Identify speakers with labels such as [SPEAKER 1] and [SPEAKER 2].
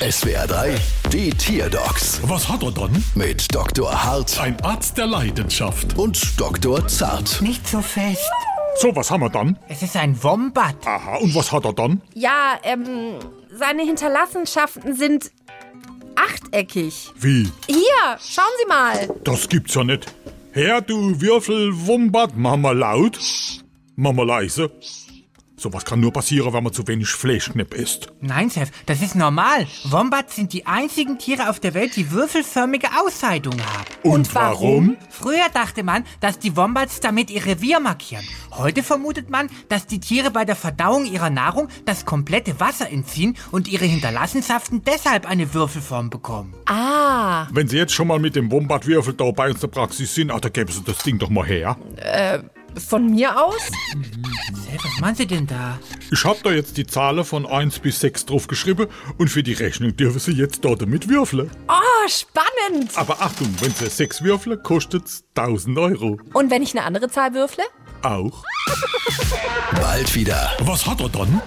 [SPEAKER 1] SWR 3, die Tierdocs
[SPEAKER 2] Was hat er dann?
[SPEAKER 1] mit Dr. Hart
[SPEAKER 2] Ein Arzt der Leidenschaft.
[SPEAKER 1] und Dr. Zart.
[SPEAKER 3] Nicht so fest.
[SPEAKER 2] So, was haben wir dann?
[SPEAKER 3] Es ist ein Wombat.
[SPEAKER 2] Aha, und was hat er dann?
[SPEAKER 4] Ja, ähm, seine Hinterlassenschaften sind achteckig.
[SPEAKER 2] Wie?
[SPEAKER 4] Hier, schauen Sie mal.
[SPEAKER 2] Das gibt's ja nicht. Herr, du Würfelwumbat, Mama laut, Mama leise. Sowas kann nur passieren, wenn man zu wenig Fleischknepp isst.
[SPEAKER 3] Nein, Chef, das ist normal. Wombats sind die einzigen Tiere auf der Welt, die würfelförmige Ausscheidungen haben.
[SPEAKER 2] Und,
[SPEAKER 4] warum?
[SPEAKER 3] Früher dachte man, dass die Wombats damit ihr Revier markieren. Heute vermutet man, dass die Tiere bei der Verdauung ihrer Nahrung das komplette Wasser entziehen und ihre Hinterlassenschaften deshalb eine Würfelform bekommen.
[SPEAKER 4] Ah,
[SPEAKER 2] Wenn Sie jetzt schon mal mit dem Wombatwürfel da bei uns in der Praxis sind, ah, da geben Sie das Ding doch mal her.
[SPEAKER 4] von mir aus?
[SPEAKER 3] Chef, was machen Sie denn da?
[SPEAKER 2] Ich hab da jetzt die Zahlen von 1 bis 6 drauf geschrieben und für die Rechnung dürfen Sie jetzt dort damit würfeln.
[SPEAKER 4] Oh, spannend.
[SPEAKER 2] Aber Achtung, wenn Sie 6 würfeln, kostet's 1000 Euro.
[SPEAKER 4] Und wenn ich eine andere Zahl würfle?
[SPEAKER 2] Auch.
[SPEAKER 1] Bald wieder.
[SPEAKER 2] Was hat er dann?